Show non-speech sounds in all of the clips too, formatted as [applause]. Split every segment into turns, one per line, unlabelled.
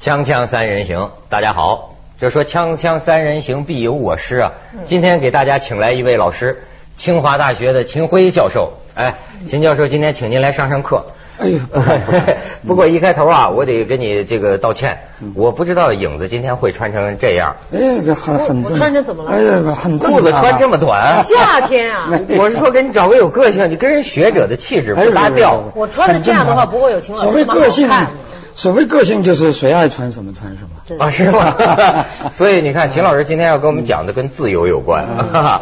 锵锵三人行，大家好。这说锵锵三人行必有我师啊，
嗯
今天给大家请来一位老师，清华大学的秦晖教授。哎，秦教授，今天请您来上上课。
哎
[laughs]
呦，不敢不敢
不过一开头啊，我得跟你这个道歉，我不知道影子今天会穿成这样，
哎，这很很
我
正
穿着怎么了
哎呀，很正常
裤
啊
子穿这么短。
[laughs]
夏天啊，
我是说给你找个有个性，你跟人学者的气质
哎
不搭调。
我穿得这样的话不会有秦老师
所谓个性
那么好看，
所谓个性就是谁爱穿什么穿什么。
真的
啊，是吗？
[laughs]
[laughs] 所以你看，秦老师今天要跟我们讲的跟自由有关，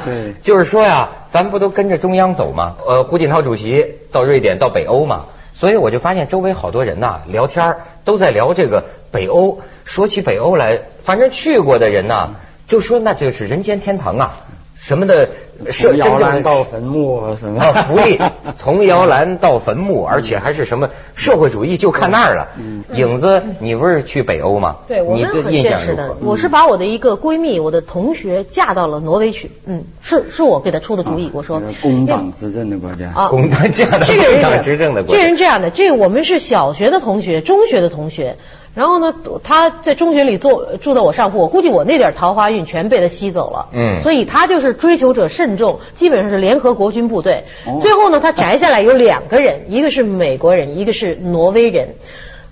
对
就是说呀，咱们不都跟着中央走吗？呃，胡锦涛主席到瑞典、到北欧嘛，所以我就发现周围好多人呐、聊天儿都在聊这个北欧。说起北欧来，反正去过的人呐、就说那就是人间天堂啊，什么的，
从嗯摇篮
真正
到坟墓啊什
[laughs]
么
啊，福
[laughs]
利从摇篮到坟墓，而且还是什么社会主义，就看那儿了。影子，你不是去北欧吗？
嗯对我
你
们
对
很
印
现
象
实
如
的
何，？嗯
我是把我的一个闺蜜、我的同学嫁到了挪威去，嗯，是是我给她出的
啊
主意，我说
呃工党执政的国
[laughs]
家，
啊， [laughs]
共产党
这个人
共党
是
执政的国
这
家
个人这样的，这个我们是小学的同学，中学的同学。然后呢，他在中学里坐住在我上铺，我估计我那点桃花运全被他吸走了。
嗯
所以他就是追求者慎重，基本上是联合国军部队。
哦
最后呢，他摘下来有两个人，一个是美国人，一个是挪威人。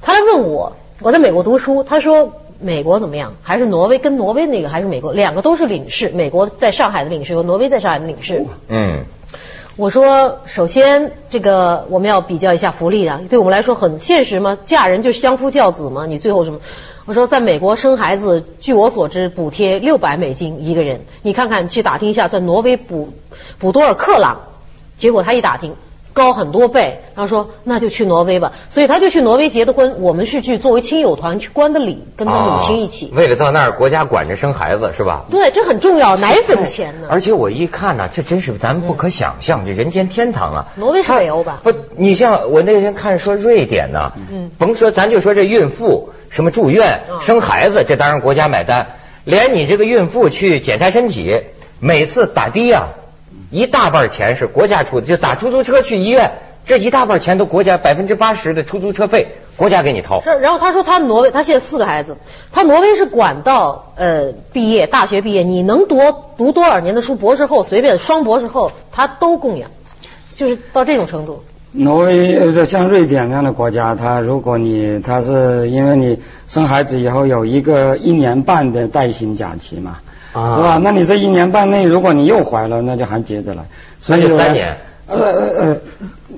他来问我，我在美国读书，他说美国怎么样？还是挪威跟挪威那个还是美国？两个都是领事，美国在上海的领事和挪威在上海的领事。
嗯，
我说，首先这个我们要比较一下福利啊，对我们来说很现实嘛，嫁人就是相夫教子嘛，你最后什么？我说，在美国生孩子，据我所知，补贴六百美金一个人，你看看去打听一下，在挪威补补多少克朗？结果他一打听。高很多倍，然后说那就去挪威吧，所以他就去挪威结的婚。我们是去作为亲友团去观的礼，跟他母亲一起
啊。为了到那儿，国家管着生孩子是吧？
对，这很重要，奶粉钱呢。
而且我一看呐、这真是咱不可想象，这人间天堂啊！
挪威是北欧吧？
不，你像我那天看说瑞典呐，
嗯
甭说咱就说这孕妇什么住院、
嗯
生孩子，这当然国家买单，连你这个孕妇去检查身体，每次打的呀、一大半钱是国家出的，就打出租车去医院，这一大半钱都国家百分之八十的出租车费，国家给你掏。 [laughs]
是，然后他说他挪威，他现在四个孩子，他挪威是管到呃毕业，大学毕业，你能读读多少年的书，博士后随便双博士后，他都供养，就是到这种程度。
挪威呃像瑞典这样的国家，它如果你它是因为你生孩子以后有一个一年半的带薪假期嘛，
啊
是吧？那你这一年半内，如果你又怀了，那就还接着来，所以
那就
说
三年。
呃呃呃，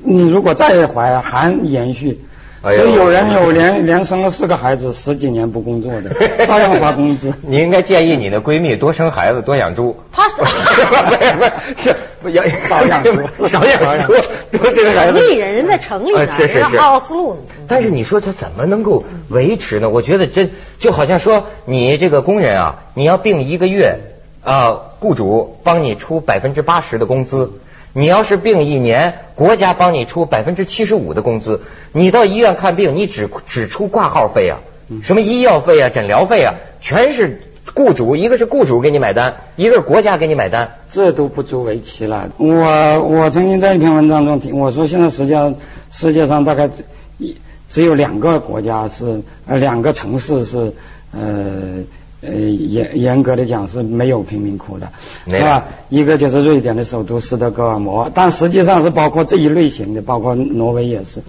你如果再怀还延续。
哎
所
呦。
以有人有连连生了四个孩子，十几年不工作的，照样发工资
[laughs] 你应该建议你的闺蜜多生孩子，多养猪。 [laughs]
她
不是不是不是，这不养
少养猪
[laughs] 少养猪，多生孩
城
子。
里人人在城里
啊
呢，
是是
人
是
家奥斯陆呢。
但是你说他怎么能够维持呢？我觉得真就好像说你这个工人啊，你要病一个月啊，雇主帮你出百分之八十的工资；你要是病一年，国家帮你出百分之七十五的工资。你到医院看病，你只只出挂号费啊，什么医药费啊、诊疗费啊，全是雇主，一个是雇主给你买单，一个是国家给你买单。
这都不足为奇了。我我曾经在一篇文章中提，我说现在实际上世界上大概只一只有两个国家是呃两个城市是呃呃严严格的讲是没有贫民窟的，
哪
是
两
吧？一个就是瑞典的首都斯德哥尔摩，但实际上是包括这一类型的，包括挪威也是。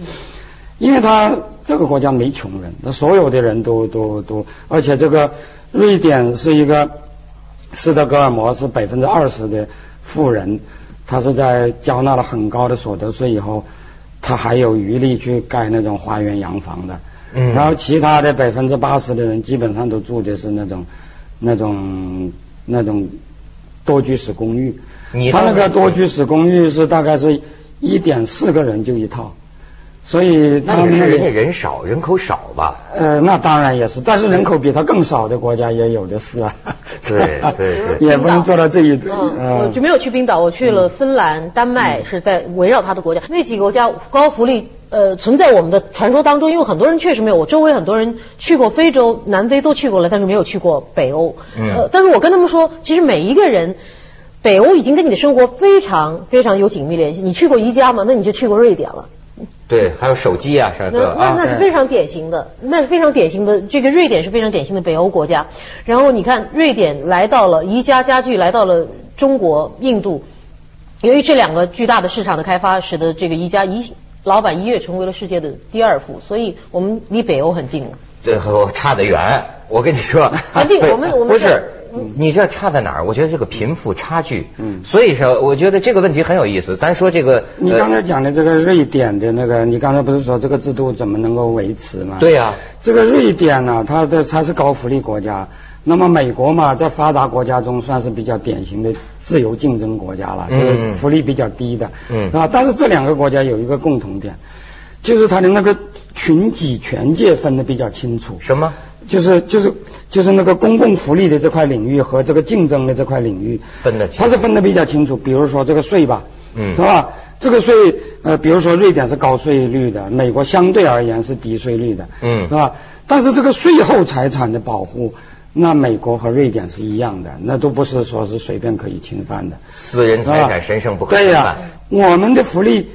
因为他这个国家没穷人，他所有的人都都都，而且这个瑞典是一个斯德哥尔摩是百分之二十的富人，他是在缴纳了很高的所得税以后，他还有余力去盖那种花园洋房的。
嗯
然后其他的百分之八十的人基本上都住的是那种那种那种多居室公寓。
你
他那
当
个
然
多居室公寓是大概是一点四个人就一套，所以他
那
们
只是
那
人家
里
人少，人口少吧？
呃，那当然也是，但是人口比他更少的国家也有的是啊。
[laughs] 对对
对
[laughs] 也不能做到这一呃
嗯
点。，
我就没有去冰岛，我去了芬兰、丹麦，是在围绕它的国家。那几个国家高福利呃存在我们的传说当中，因为很多人确实没有。我周围很多人去过非洲、南非都去过了，但是没有去过北欧。
嗯
呃，但是我跟他们说，其实每一个人。北欧已经跟你的生活非常非常有紧密联系。你去过宜家吗？那你就去过瑞典了。
对，还有手机啊什么
那
的
那
啊，
那是非常典型的，那是非常典型的。这个瑞典是非常典型的北欧国家。然后你看，瑞典来到了宜家家具来到了中国、印度，由于这两个巨大的市场的开发，使得这个宜家一老板一跃成为了世界的第二富，所以我们离北欧很近了。
对，我差得远。我跟你说，
[laughs] 环境
对
我们我们嗯
不
在
是你这差在哪儿？我觉得这个贫富差距，
嗯
所以说我觉得这个问题很有意思。咱说这个，
你
呃
刚才讲的这个瑞典的那个，你刚才不是说这个制度怎么能够维持吗？
对呀
这个瑞典呢、它的它是高福利国家，那么美国嘛，在发达国家中算是比较典型的自由竞争国家了，就是
嗯
福利比较低的，
嗯
是吧？但是这两个国家有一个共同点，就是它的那个群体权界分得比较清楚，
什么？
就是就是就是那个公共福利的这块领域和这个竞争的这块领域
分得清
它是分得比较清楚。比如说这个税吧，
嗯
是吧？这个税呃，比如说瑞典是高税率的，美国相对而言是低税率的，
嗯
是吧？但是这个税后财产的保护。那美国和瑞典是一样的，那都不是说是随便可以侵犯的。
私人财产
啊
神圣不可
对
侵
呀、
犯。
我们的福利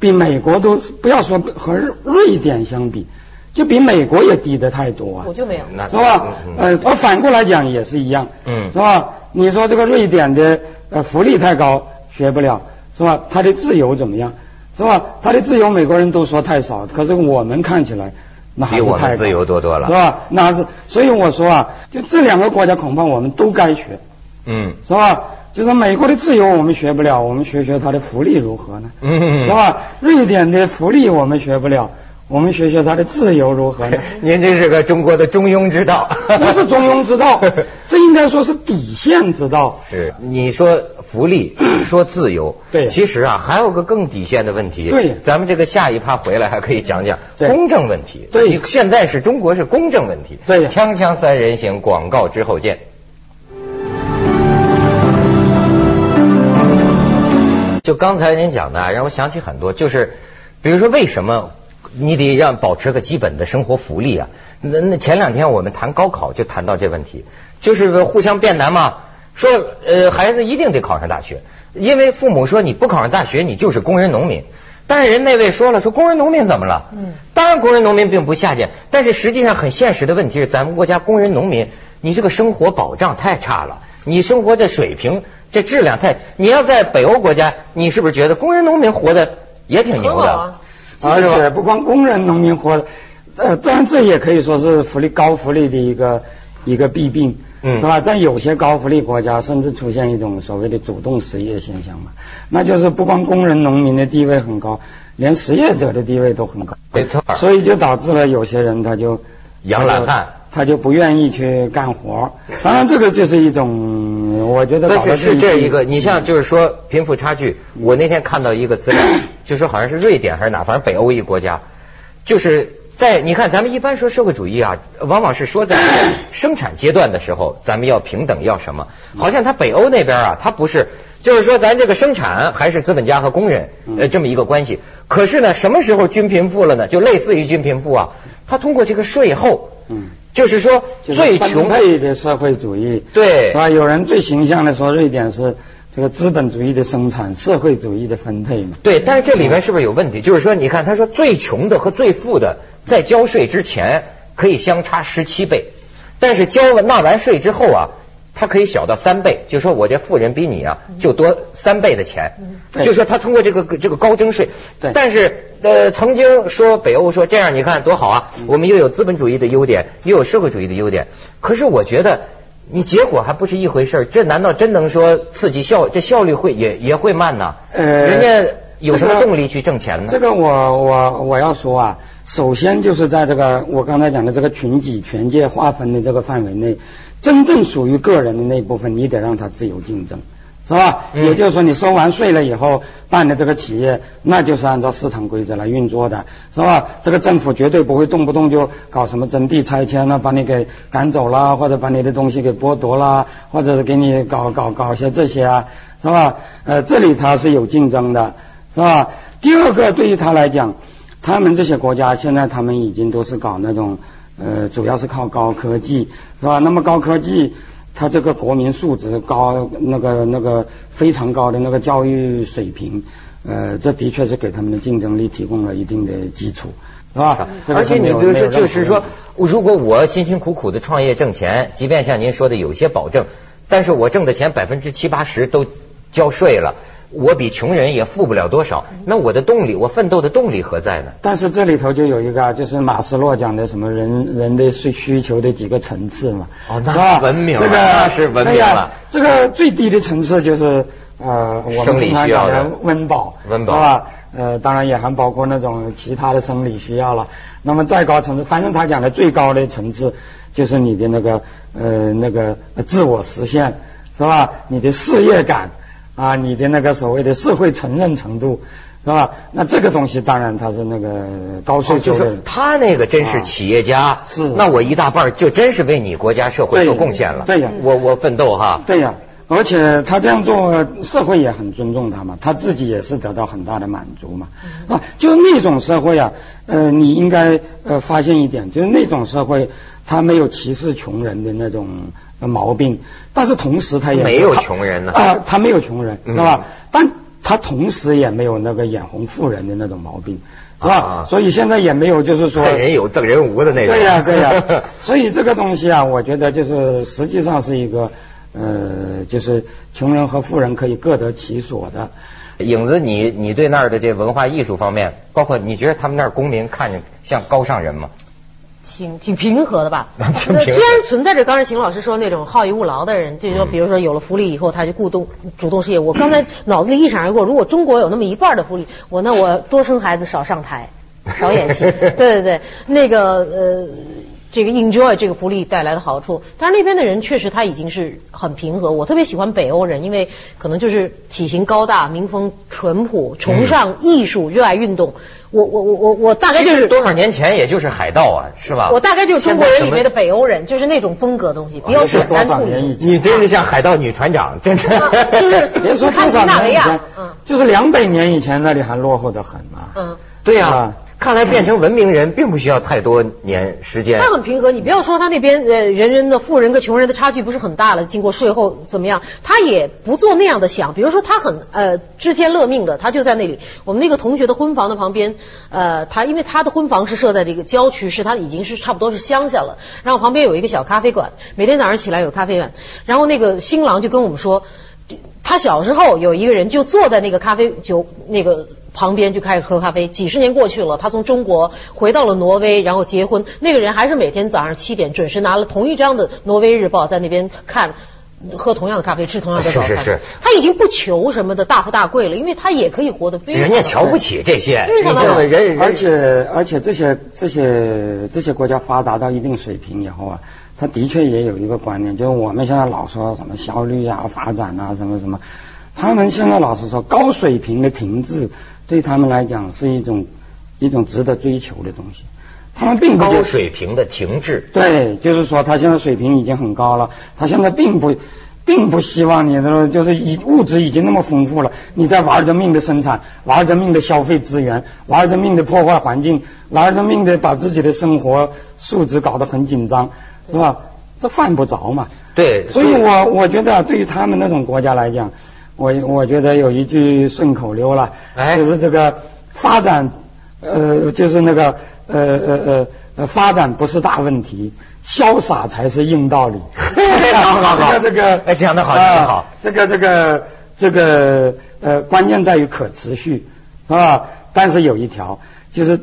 比美国都不要说和瑞典相比，就比美国也低得太多啊
我。就没有。
那
是吧
嗯？嗯
呃，而反过来讲也是一样，
嗯
是吧？你说这个瑞典的呃福利太高，学不了，是吧？他的自由怎么样，是吧？他的自由美国人都说太少，可是我们看起来那还是
比我们
太高
自由多多了
是吧？那是，所以我说啊，就这两个国家恐怕我们都该学，
嗯
是吧？就是美国的自由我们学不了，我们学学它的福利如何呢？
嗯
是吧？瑞典的福利我们学不了，我们学学它的自由如何呢？
[laughs] 您真是个中国的中庸之道，
[laughs] 不是中庸之
[laughs]
道，这应该说是底线之道。
是你说福
[clears throat]
利，说自由，
对
其实啊还有个更底线的问题，
对
咱们这个下一趴回来还可以讲讲
对
公正问题，
对
你现在是中国是公正问题，
对
锵锵三人行广告之后见。 [clears throat] 就刚才您讲的啊，让我想起很多，就是比如说为什么你得让保持个基本的生活福利啊？那那前两天我们谈高考就谈到这问题，就是互相辩难嘛，说呃孩子一定得考上大学，因为父母说你不考上大学你就是工人农民。但是人那位说了，说工人农民怎么了？
嗯
当然工人农民并不下贱，但是实际上很现实的问题是，咱们国家工人农民，你这个生活保障太差了，你生活的水平这质量太，你要在北欧国家，你是不是觉得工人农民活得也挺
很
牛
好
的？
啊，
而且不光工人、农民活，呃，当然这也可以说是福利高福利的一个一个弊病，
嗯
是吧？但有些高福利国家甚至出现一种所谓的主动实业现象嘛，那就是不光工人、农民的地位很高，连实业者的地位都很高，
没错
所以就导致了有些人他就
养懒汉。
他就不愿意去干活，当然这个就是一种，我觉得
但
搞
是
得
是
自己
这一个，你像就是说贫富差距，我那天看到一个资料，就说好像是瑞典还是哪，反正北欧一国家，就是在你看咱们一般说社会主义啊，往往是说在生产阶段的时候，咱们要平等要什么，好像他北欧那边啊，他不是。就是说，咱这个生产还是资本家和工人，
嗯
呃，这么一个关系。可是呢，什么时候均贫富了呢？就类似于均贫富啊，他通过这个税后，
嗯
就是说
就是
最
分
穷
配的社会主义，
对
是吧？有人最形象的说，瑞典是这个资本主义的生产，社会主义的分配嘛。
对，但是这里面是不是有问题？就是说，你看他说最穷的和最富的在交税之前可以相差十七倍，但是交完纳完税之后啊，他可以小到三倍，就说我这富人比你啊就多三倍的钱，
对
就说他通过这个这个高征税
对，
但是呃，曾经说北欧说这样你看多好啊，我们又有资本主义的优点，又有社会主义的优点，可是我觉得。你结果还不是一回事儿，这难道真能说刺激效？这效率会也也会慢呐、
呃
人家有什么动力去挣钱呢？
这个我我我要说啊，首先就是在这个我刚才讲的这个群体权界划分的这个范围内，真正属于个人的那一部分，你得让他自由竞争。是吧？
嗯
也就是说，你收完税了以后办的这个企业，那就是按照市场规则来运作的，是吧？这个政府绝对不会动不动就搞什么征地拆迁啊了，把你给赶走啦，或者把你的东西给剥夺啦，或者是给你搞搞搞些这些啊，是吧？呃，这里它是有竞争的，是吧？第二个，对于他来讲，他们这些国家现在他们已经都是搞那种呃，主要是靠高科技，是吧？那么高科技，它这个国民素质高，那个那个非常高的那个教育水平，呃，这的确是给他们的竞争力提供了一定的基础，是吧？这个
而
是
且
没
你
有
比如
没有
说，
任何
就是
问
说
题，
如果我辛辛苦苦的创业挣钱，即便像您说的有些保证，但是我挣的钱百分之七八十都交税了，我比穷人也富不了多少，那我的动力，我奋斗的动力何在呢？
但是这里头就有一个啊，就是马斯洛讲的什么人人的需需求的几个层次嘛。
哦那
是吧
文明了
这个
那是文明了啊
哎呀这个最低的层次就是呃，我
生
们
理
平常
需要
讲
的
的温饱，
温饱
是吧？呃，当然也还包括那种其他的生理需要了。那么再高层次，反正他讲的最高的层次就是你的那个呃那个自我实现，是吧？你的事业感啊，你的那个所谓的社会承认程度。是吧？那这个东西当然它是那个高税
哦就
收的，
是他那个真是企业家，
啊是
那我一大半儿就真是为你国家社会做贡献了。
对呀对呀
我我奋斗哈。
对呀、而且他这样做，社会也很尊重他嘛，他自己也是得到很大的满足嘛。
嗯
啊，就是那种社会啊，呃，你应该呃发现一点，就是那种社会，他没有歧视穷人的那种呃毛病，但是同时他也
没有穷人呢
啊、他没有穷人
嗯
是吧？但他同时也没有那个眼红富人的那种毛病，是吧？
啊
所以现在也没有就是说
恨人有赠人无的那种。
对呀、对呀、
[laughs]
所以这个东西啊，我觉得就是实际上是一个呃，就是穷人和富人可以各得其所的。
影子你，你对那儿的这文化艺术方面，包括你觉得他们那儿公民看着像高尚人吗？？
挺挺平和的吧
[laughs] 挺平和
那既然存在着刚才秦老师说那种好逸恶劳的人，
嗯
就是说，比如说有了福利以后，他就故动主动事业。我刚才脑子里一闪而过，如果中国有那么一半的福利，我那我多生孩子，少上台，少
[laughs]
演戏。对对对，那个呃。这个 enjoy 这个福利带来的好处，但是那边的人确实他已经是很平和。我特别喜欢北欧人，因为可能就是体型高大、民风淳朴，崇尚艺术、热爱运动。我我我我我大概
嗯其
就是
实多少年前也就是海盗啊，是吧？
我大概就是中国人里面的
现在
北欧人，就是那种风格的东西，比较
那啊是
简
多
单
少
处
年以
理。
怎么。你真是像海盗女船长，真
[laughs] 啊就是
的。
别说多少年以
斯堪的纳维亚
前
嗯，
就是两百年以前那里还落后的很嘛。
嗯，
对呀、
啊
看来变成文明人并不需要太多年时间。
他很平和。你不要说他那边呃人人的富人跟穷人的差距不是很大了，经过税后怎么样，他也不做那样的想。比如说他很呃知天乐命的，他就在那里。我们那个同学的婚房的旁边，呃，他因为他的婚房是设在这个郊区，是他已经是差不多是乡下了。然后旁边有一个小咖啡馆，每天早上起来有咖啡馆。然后那个新郎就跟我们说。他小时候有一个人就坐在那个咖啡酒那个旁边就开始喝咖啡，几十年过去了，他从中国回到了挪威，然后结婚，那个人还是每天早上七点准时拿了同一张的《挪威日报》在那边看。喝同样的咖啡，吃同样的早餐，
是是是
他已经不求什么的大富大贵了，因为他也可以活得非常。
人家瞧不起这些，
为什么
你像人
而
人
且而且这些这些这些国家发达到一定水平以后啊，他的确也有一个观念，就是我们现在老说什么效率啊、发展啊什么什么，他们现在老是说高水平的停滞，对他们来讲是一种一种值得追求的东西。他们并不
高
就
水平的停滞。
对，就是说他现在水平已经很高了，他现在并不。并不希望你的就是已物质已经那么丰富了，你再玩着命的生产，玩着命的消费资源，玩着命的破坏环境，玩着命的把自己的生活素质搞得很紧张，是吧？这犯不着嘛。
对，
所以我我觉得啊对于他们那种国家来讲，我我觉得有一句顺口溜了，
哎
就是这个发展，呃，就是那个呃呃呃呃，发展不是大问题，潇洒才是硬
[laughs]
道理。
好好好
这个这个
哎讲得好
啊
讲得好
这个这个这个呃，关键在于可持续，啊，但是有一条就是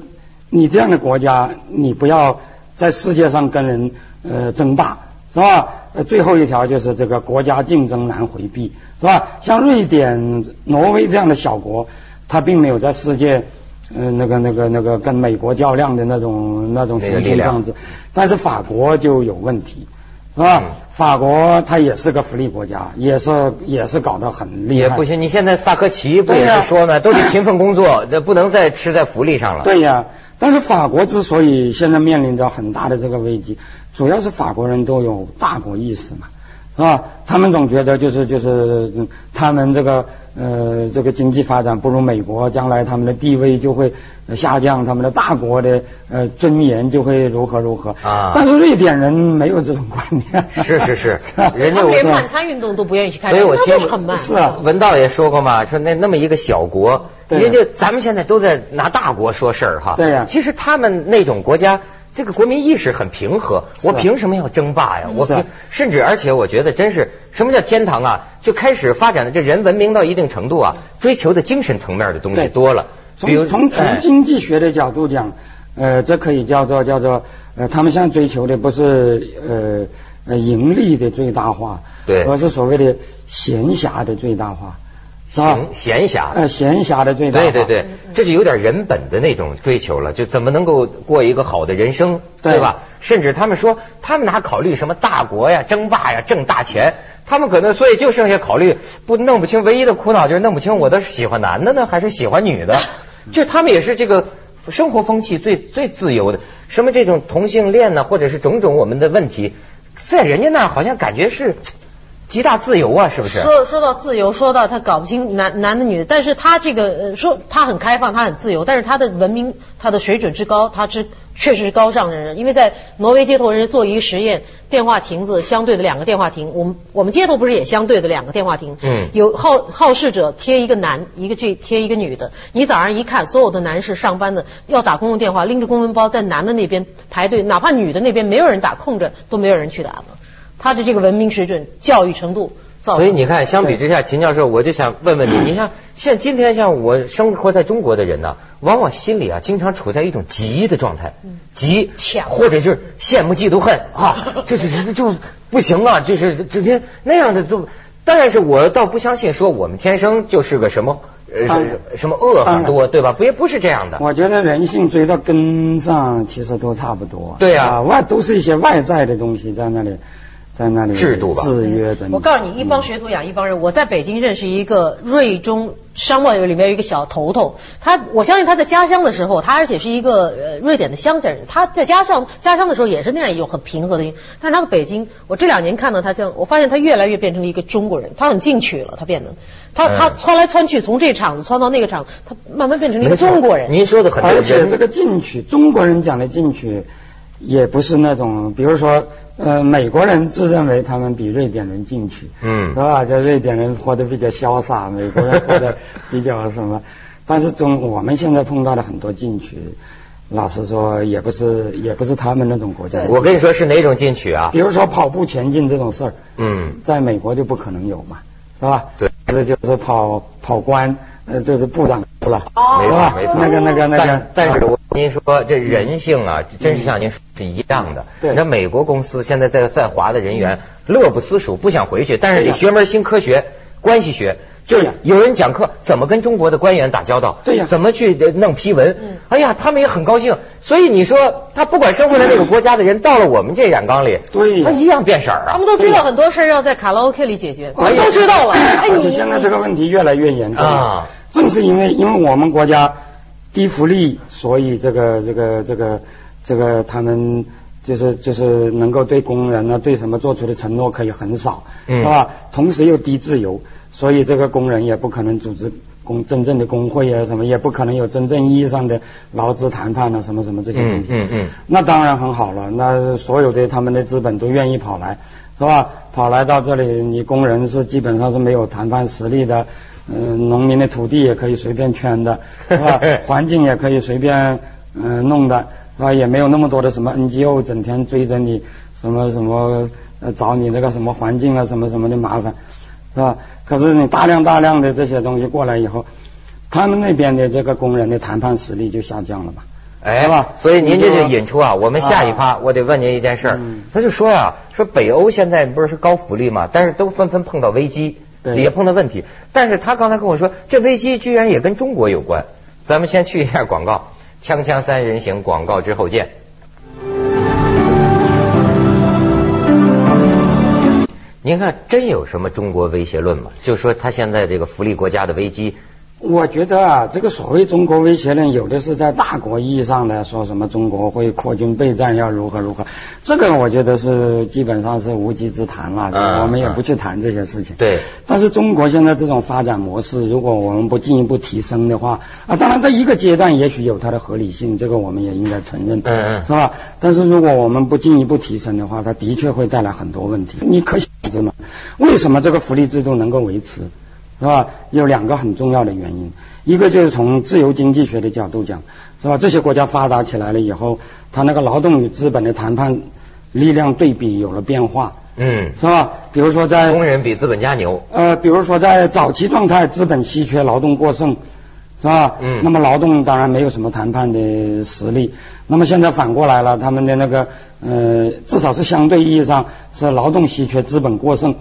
你这样的国家，你不要在世界上跟人呃争霸，是吧？呃，最后一条就是这个国家竞争难回避，是吧？像瑞典、挪威这样的小国，它并没有在世界。呃，那个、那个、那个，跟美国较量的那种、那种
那个
雄
力
心
量
壮志，但是法国就有问题，是吧？
嗯
法国它也是个福利国家，也是也是搞得很厉
也
害。
不行，你现在萨科齐不
对
也
呀
啊
是说呢，都得勤奋工作，这不能再吃在福利上了。
啊
对呀，但是法国之所以现在面临着很大的这个危机，主要是法国人都有大国意识嘛，是吧？他们总觉得就是就是嗯他们这个呃这个经济发展不如美国，将来他们的地位就会呃下降，他们的大国的呃尊严就会如何如何
啊
但是瑞典人没有这种观念，
是是
[laughs]
是人家
他们
我
连晚餐运动都不愿意去开
所
展，
以我
那
听
就是很慢。
是啊
文道也说过嘛，说那那么一个小国，
对
人家咱们现在都在拿大国说事儿哈。
对呀
其实他们那种国家，这个国民意识很平和，
是
我
啊
凭什么要争霸呀？我
是啊
凭，甚至而且我觉得真是什么叫天堂啊？就开始发展的这人文明到一定程度啊，追求的精神层面的东西
对
多了，比如
从从啊从
哎
经济学的角度讲，呃，这可以叫做叫做呃，他们现在追求的不是呃呃盈利的最大化，
对
而是所谓的闲暇的最大化，是吧
闲闲暇
呃，闲暇的最大化，嗯
对对对，这就有点人本的那种追求了，就怎么能够过一个好的人生，
对
对吧？甚至他们说，他们哪考虑什么大国呀、争霸呀、挣大钱，他们可能所以就剩下考虑不弄不清，唯一的苦恼就是弄不清我的是喜欢男的呢，还是喜欢
[laughs]
女的，就他们也是这个。生活风气最最自由的，什么这种同性恋呢，或者是种种我们的问题，在人家那儿好像感觉是极大自由啊，是不是？
说说到自由，说到他搞不清男男的女的，但是他这个呃说他很开放，他很自由，但是他的文明，他的水准之高，他之确实是高尚的人。因为在挪威街头，人家做一个实验，电话亭子相对的两个电话亭，我们我们街头不是也相对的两个电话亭？
嗯
有好好事者贴一个男，一个这贴一个女的。你早上一看，所有的男士上班的要打公用电话，拎着公文包在男的那边排队，哪怕女的那边没有人打，空着都没有人去打了。他的这个文明水准、教育程度造
所以
成。
你看，相比之下，秦教授，我就想问
[clears throat]
问你，你像像今天像我生活在中国的人呢、往往心里啊经常处在一种急的状态，
嗯
急
抢
或者就是羡慕嫉妒恨
[laughs]
啊，这这这就不行啊，就是整天那样的就。当然是我倒不相信说我们天生就是个什么
当
呃
然
什么恶很
当
多，对吧？不也不是这样的，
我觉得人性追到根上，其实都差不多。
对啊
外都是一些外在的东西在那里，在那里
制度吧
制约着你。
我告诉你，一帮学徒养一帮人。我在北京认识一个瑞中商贸里面有一个小头头，他我相信他在家乡的时候，他而且是一个呃瑞典的乡下人，他在家乡家乡的时候也是那样一种很平和的人。但是他到北京，我这两年看到他这样，我发现他越来越变成了一个中国人，他很进取了，他变得，他他
嗯
窜来窜去，从这厂子窜到那个厂，他慢慢变成了一个
没错
中国人。
您说的很对，
而且
人
这个进取，中国人讲的进取，也不是那种，比如说，呃，美国人自认为他们比瑞典人进取，
嗯
是吧？就瑞典人活得比较潇洒，美国人活得比较
[laughs]
什么？但是中我们现在碰到的很多进取，老实说，也不是也不是他们那种国家的进取。
我跟你说是哪种进取啊
比？如说跑步前进这种事儿，
嗯。
在美国就不可能有嘛，是吧？
对，
这就是跑跑官，呃，就是部长了，
没错
是吧
没错，
哦那个那个那个啊嗯
但，但是我跟您说，这人性啊，真是像您说是一样的。
对
那美国公司现在在在华的人员乐不思蜀，不想回去，但是
对
得
呀
学门新科学。关系学就
对
是
呀
有人讲课，怎么跟中国的官员打交道？
对呀嗯
怎么去呃弄批文？哎呀，他们也很高兴。所以你说，他不管生活在那个国家的人，到了我们这染缸里，
嗯对呀
他一样变色儿
他
啊
们。都知道很多事儿要在卡拉 OK 里解决，我
而且
都知道了。哎，
而
你
且现在这个问题越来越严重
啊
正是因为因为我们国家低福利，所以这个这个这个这个他们就是就是能够对工人呢对什么做出的承诺可以很少，
嗯
是吧？同时又低自由，所以这个工人也不可能组织工真正的工会啊什么，也不可能有真正意义上的劳资谈判啊什么什么这些东西。
嗯嗯嗯？
那当然很好了，那所有的他们的资本都愿意跑来，是吧？跑来到这里，你工人是基本上是没有谈判实力的，嗯、农民的土地也可以随便圈的，是吧环境也可以随便嗯、呃弄的，是吧？也没有那么多的什么 NGO 整天追着你什么什么呃找你那个什么环境啊什么什么的麻烦，是吧？可是你大量大量的这些东西过来以后，他们那边的这个工人的谈判实力就下降了嘛。
哎，
是吧
所以您这就
你就
引出啊，我们下一
啊
趴我得问您一件事儿
嗯，
他就说呀，说北欧现在不是高福利嘛，但是都纷纷碰到危机，
对
也碰到问题。但是他刚才跟我说，这危机居然也跟中国有关。咱们先去一下广告， [laughs] 锵锵三人行广告之后见。您看，真有什么中国威胁论吗？就说他现在这个福利国家的危机
我觉得啊，这个所谓中国威胁论，有的是在大国意义上的说什么中国会扩军备战，要如何如何，这个我觉得是基本上是无稽之谈了，
嗯
我们也不去谈这些事情。
对，
但是中国现在这种发展模式，如果我们不进一步提升的话，啊，当然在一个阶段也许有它的合理性，这个我们也应该承认，
嗯嗯
是吧？但是如果我们不进一步提升的话，它的确会带来很多问题。你可想而知嘛，为什么这个福利制度能够维持，是吧？有两个很重要的原因，一个就是从自由经济学的角度讲，是吧？这些国家发达起来了以后，它那个劳动与资本的谈判力量对比有了变化，
嗯，
是吧？比如说在
工人比资本家牛，
呃，比如说在早期状态，资本稀缺，劳动过剩，是吧？
嗯
那么劳动当然没有什么谈判的实力。那么现在反过来了，他们的那个呃，至少是相对意义上是劳动稀缺，资本过剩，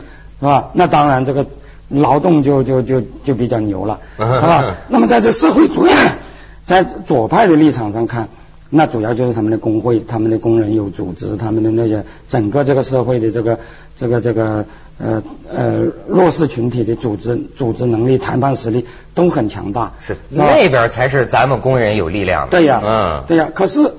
是吧？那当然这个劳动就就就就比较牛了，是吧？那么在这社会主义，在左派的立场上看。那主要就是他们的工会、他们的工人有组织、他们的那些整个这个社会的这个这个这个呃呃弱势群体的组织、组织能力、谈判实力都很强大，
是
吧
那边才是咱们工人有力量的。
对呀、
嗯，
对呀、可是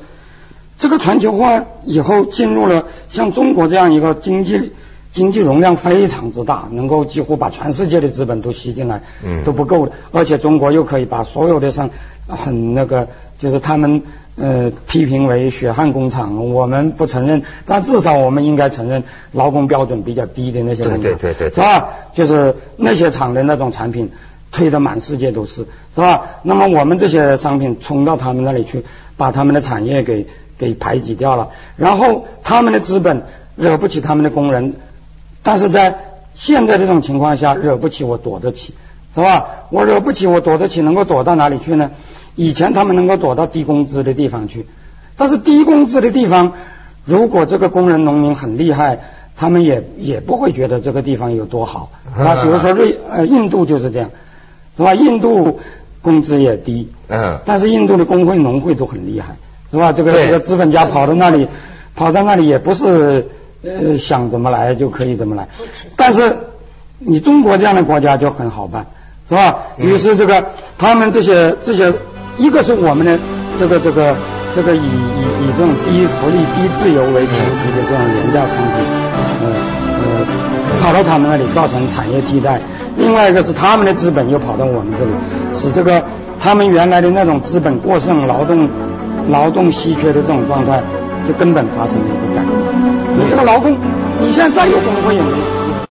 这个全球化以后进入了像中国这样一个经济经济容量非常之大，能够几乎把全世界的资本都吸进来，
嗯
都不够的。而且中国又可以把所有的像很那个，就是他们呃批评为血汗工厂，我们不承认，但至少我们应该承认劳工标准比较低的那些工厂，
对对对对对
是吧？就是那些厂的那种产品。推得满世界都是，是吧？那么我们这些商品冲到他们那里去，把他们的产业给给排挤掉了，然后他们的资本惹不起他们的工人，但是在现在这种情况下，惹不起我躲得起，是吧？我惹不起我躲得起，能够躲到哪里去呢？以前他们能够躲到低工资的地方去，但是低工资的地方，如果这个工人农民很厉害，他们也也不会觉得这个地方有多好。那比如说瑞呃印度就是这样，是吧？印度工资也低，
嗯，
但是印度的工会、农会都很厉害，是吧？这个
对
这个资本家跑到那里，跑到那里也不是呃想怎么来就可以怎么来，但是你中国这样的国家就很好办，是吧？
嗯
于是这个他们这些这些，一个是我们的这个这个这个以以以这种低福利、低自由为前提的这种廉价商品，呃呃，跑到他们那里造成产业替代。另外一个是他们的资本又跑到我们这里，使这个他们原来的那种资本过剩、劳动劳动稀缺的这种状态，就根本发生了一个改变。你这个劳工，你现在再有工会也没有。